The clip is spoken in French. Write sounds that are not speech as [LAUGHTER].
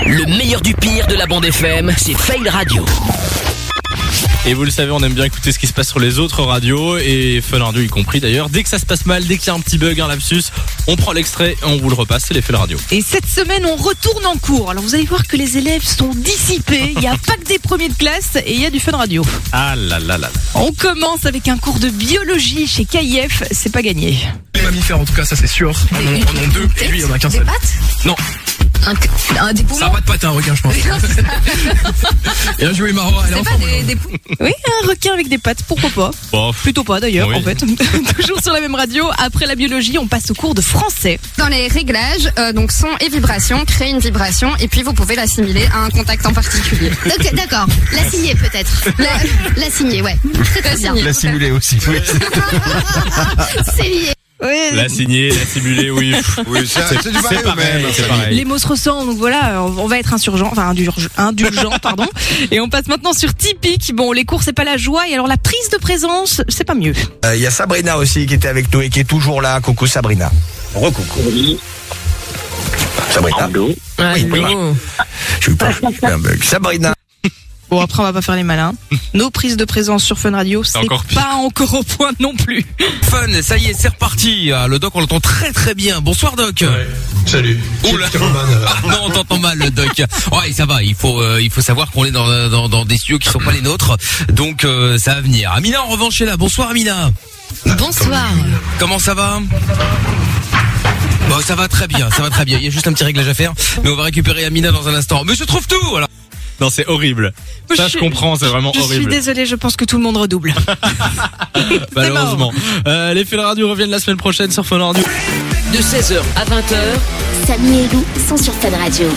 Le meilleur du pire de la bande FM, c'est Fail Radio. Et vous le savez, on aime bien écouter ce qui se passe sur les autres radios et Fun Radio y compris d'ailleurs. Dès que ça se passe mal, dès qu'il y a un petit bug, un lapsus, on prend l'extrait et on vous le repasse, c'est l'effet radio. Et cette semaine, on retourne en cours. Alors vous allez voir que les élèves sont dissipés. Il n'y a pas que des premiers de classe et il y a du fun radio. Ah là là là. On commence avec un cours de biologie chez KIF. C'est pas gagné. Les mammifères, en tout cas, ça c'est sûr. On en, on en deux, et lui, il y en a qu'un Des seul. pattes Non. Un, un- des Ça poumons va de patin, un requin, je pense. [LAUGHS] Bien joué, Maro, elle est en C'est pas forme. des, des poumons Oui, un requin avec des pattes, pourquoi pas Bon, pff, Plutôt pas d'ailleurs, Oui. en fait. [LAUGHS] Toujours sur la même radio. Après la biologie, on passe au cours de français. Dans les réglages, euh, donc son et vibration, créer une vibration et puis vous pouvez l'assimiler à un contact en particulier. Ok, d'accord. La signer peut-être. La, la signer, ouais. Très très bien. La simuler aussi. Oui. [LAUGHS] C'est lié. la signer, la simuler, oui. pff, Oui, ça, c'est du pareil C'est au hein, pareil, même. c'est Les pareil. mots se ressentent, donc voilà, on on va être insurgent, enfin indulgent, [LAUGHS] indulgent, pardon. Et on passe maintenant sur typique. Bon, les cours, c'est pas la joie, et alors la prise de présence, c'est pas mieux. Il Euh, y a Sabrina aussi qui était avec nous et qui est toujours là. Coucou Sabrina. Recoucou. Sabrina. Oui, Bah, voilà. Je suis pas- je suis un bug. Sabrina. Bon, après, on va pas faire [LAUGHS] les malins. Nos prises de présence sur Fun Radio, c'est encore pire. pas encore au point non plus. Fun, ça y est, c'est reparti. Ah, Le doc, on l'entend très très bien. Bonsoir doc. Salut. Oula. [LAUGHS] Ah, non, on t'entend mal, le doc. Ouais, ça va. Il faut, euh, il faut savoir qu'on est dans, dans, dans des studios qui sont pas les nôtres, donc euh, ça va venir. Amina, en revanche, est là. Bonsoir, Amina. Bonsoir. Comment ça va Bon, ça va très bien. Ça va très bien. Il y a juste un petit réglage à faire, mais on va récupérer Amina dans un instant. Monsieur trouve tout. Alors, Non, c'est horrible. Ça, je suis- comprends, c'est vraiment Je suis horrible. désolée, je pense que tout le monde redouble. [LAUGHS] Malheureusement. Euh, les Fun Radio reviennent la semaine prochaine sur Fun Radio. De 16h à 20h, Samy et Lou sont sur Fan Radio.